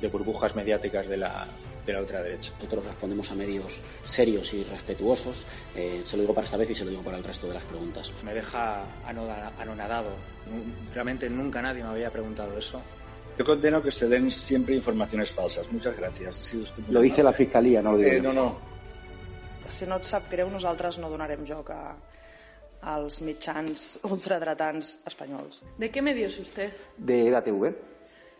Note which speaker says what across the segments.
Speaker 1: de burbujas mediáticas de la, de la otra derecha.
Speaker 2: Nosotros respondemos a medios serios y respetuosos. Eh, se lo digo para esta vez y se lo digo para el resto de las preguntas.
Speaker 3: Me deja anonadado. Realmente nunca nadie me había preguntado eso.
Speaker 1: Yo condeno que se den siempre informaciones falsas. Muchas gracias. Ha sido
Speaker 4: lo dice la Fiscalía, no lo digo
Speaker 1: eh, No, no.
Speaker 5: Si no et sap greu, nosaltres no donarem joc a, als mitjans ultradretans espanyols.
Speaker 6: ¿De qué medios usted?
Speaker 4: De EDATV.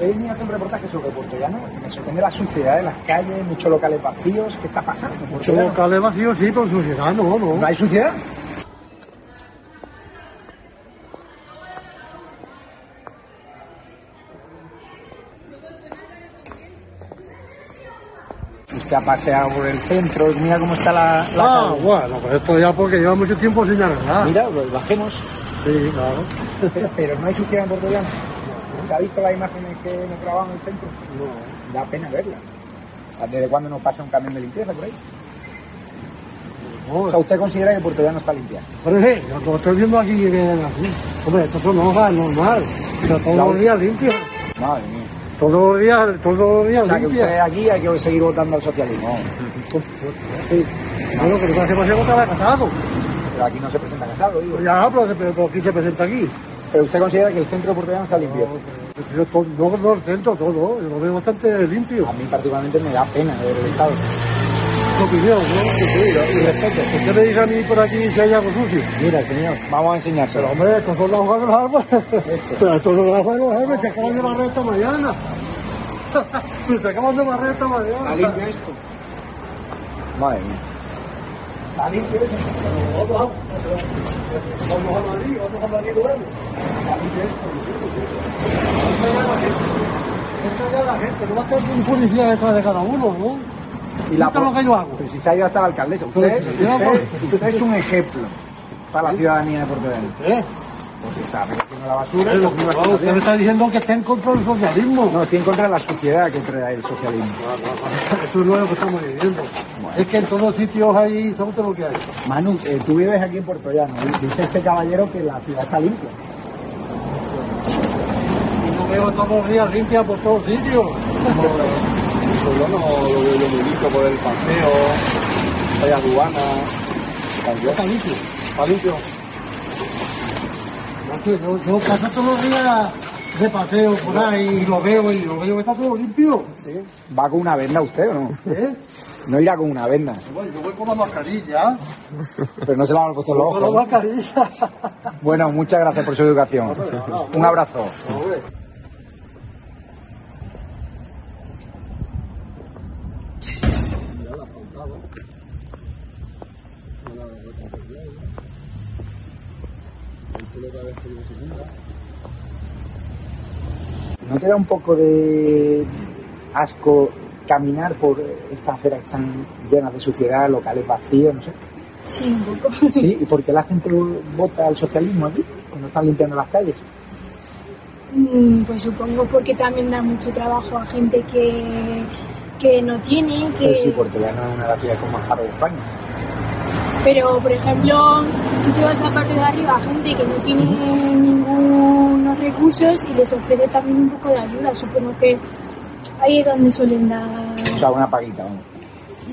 Speaker 7: He venido a hacer un reportaje sobre Puerto Llano. Me sorprende la suciedad de las calles, muchos locales vacíos. ¿Qué está pasando?
Speaker 8: Muchos locales vacíos, sí, pero suciedad no, no.
Speaker 7: ¿No hay suciedad? Usted ha paseado por el centro y mira cómo está la... la
Speaker 8: ah,
Speaker 7: calle.
Speaker 8: bueno, pues esto ya porque lleva mucho tiempo sin arreglar.
Speaker 7: Mira, pues bajemos.
Speaker 8: Sí, claro.
Speaker 7: Pero no hay suciedad en Puerto Llano. ¿Usted ha visto las imágenes que me grababan en el centro? No. Da pena verlas. ¿Desde cuándo no pasa un camión de limpieza por ahí? O sea, ¿usted considera que Puerto Llano está limpia?
Speaker 8: Hombre, sí, yo lo estoy viendo aquí que vienen aquí. Hombre, esto son hojas normal. Pero todos
Speaker 7: La-
Speaker 8: los días limpias.
Speaker 7: Madre mía.
Speaker 8: Todos los días, todos los días
Speaker 7: O sea, que
Speaker 8: limpias.
Speaker 7: usted aquí hay que seguir votando al socialismo.
Speaker 8: Sí. Bueno, pero hace más se votaba casado.
Speaker 7: Pero aquí no se presenta casado, digo.
Speaker 8: Ya, pero, se- pero, pero aquí se presenta aquí.
Speaker 7: Pero usted considera que el centro de Puerto Llano está limpio.
Speaker 8: Pues, Yo to- no, no, el centro, todo, ¿eh? yo lo veo bastante limpio.
Speaker 7: A mí particularmente me da pena de ver el estado.
Speaker 8: Tu opinión, ¿no?
Speaker 7: Sí, sí, yo- y respeto.
Speaker 8: ¿Por qué me dice a mí por aquí si hay algo sucio?
Speaker 7: Mira, señor, vamos a enseñárselo.
Speaker 8: Pero hombre, estos son las hojas de los árboles. Pero estos son las hojas de los árboles, se acaban de barrer esta mañana. se acaban de barrer esta mañana.
Speaker 7: esto? Madre mía. ¿Está limpio eso?
Speaker 8: Vamos a Madrid, vamos a Madrid luego. Esta ya la gente, esta ya la gente, no va a estar un policía detrás de cada uno, ¿no?
Speaker 7: Y
Speaker 8: Esto es lo que yo hago. Pues,
Speaker 7: Pero si se ha ido hasta la alcaldesa. Usted,
Speaker 8: Pero si-
Speaker 7: usted- usted es un ejemplo para la ciudadanía de Puerto Llano.
Speaker 8: ¿Eh?
Speaker 7: Porque está recogiendo la basura.
Speaker 8: Eh, lo que
Speaker 7: recogiendo
Speaker 8: me
Speaker 7: la
Speaker 8: va, usted
Speaker 7: basura.
Speaker 8: me está diciendo que está en contra del socialismo.
Speaker 7: No, estoy en contra de la suciedad que trae el socialismo.
Speaker 8: Eso es lo que estamos viviendo. Es que en todos sitios hay, ¿sabes lo que hay?
Speaker 7: Manu, eh, tú vives aquí en Puerto Llano. y Dice este caballero que la ciudad está limpia.
Speaker 9: Y no veo todos los días limpias por todos sitios.
Speaker 7: eh,
Speaker 10: Yo no lo veo yo muy limpio por el paseo, hay aduana.
Speaker 9: Está limpio. Está limpio. Yo, yo paso todos los días de paseo por ahí y lo veo y lo veo, está todo limpio.
Speaker 7: ¿Va con una venda usted o no?
Speaker 9: ¿Eh?
Speaker 7: No irá con una venda.
Speaker 9: Bueno, yo voy con la mascarilla.
Speaker 7: Pero no se la han puesto en los
Speaker 9: Con la
Speaker 7: ojos.
Speaker 9: mascarilla.
Speaker 7: Bueno, muchas gracias por su educación. Un abrazo.
Speaker 9: Hombre.
Speaker 7: ¿No te da un poco de asco caminar por estas aceras que están llenas de suciedad, locales vacíos, no sé?
Speaker 8: Sí, un poco.
Speaker 7: Sí, ¿y por qué la gente vota al socialismo aquí? Que no están limpiando las calles.
Speaker 8: Mm, Pues supongo porque también da mucho trabajo a gente que, que no tiene, que...
Speaker 7: Pero Pues sí, porque ya no es una de las ciudades con más paro de España.
Speaker 8: Pero, por ejemplo, tú te vas a la parte de arriba a gente que no tiene ningunos recursos y les ofrece también un poco de ayuda. Supongo que ahí es donde suelen dar
Speaker 7: O sea, una paguita, vamos.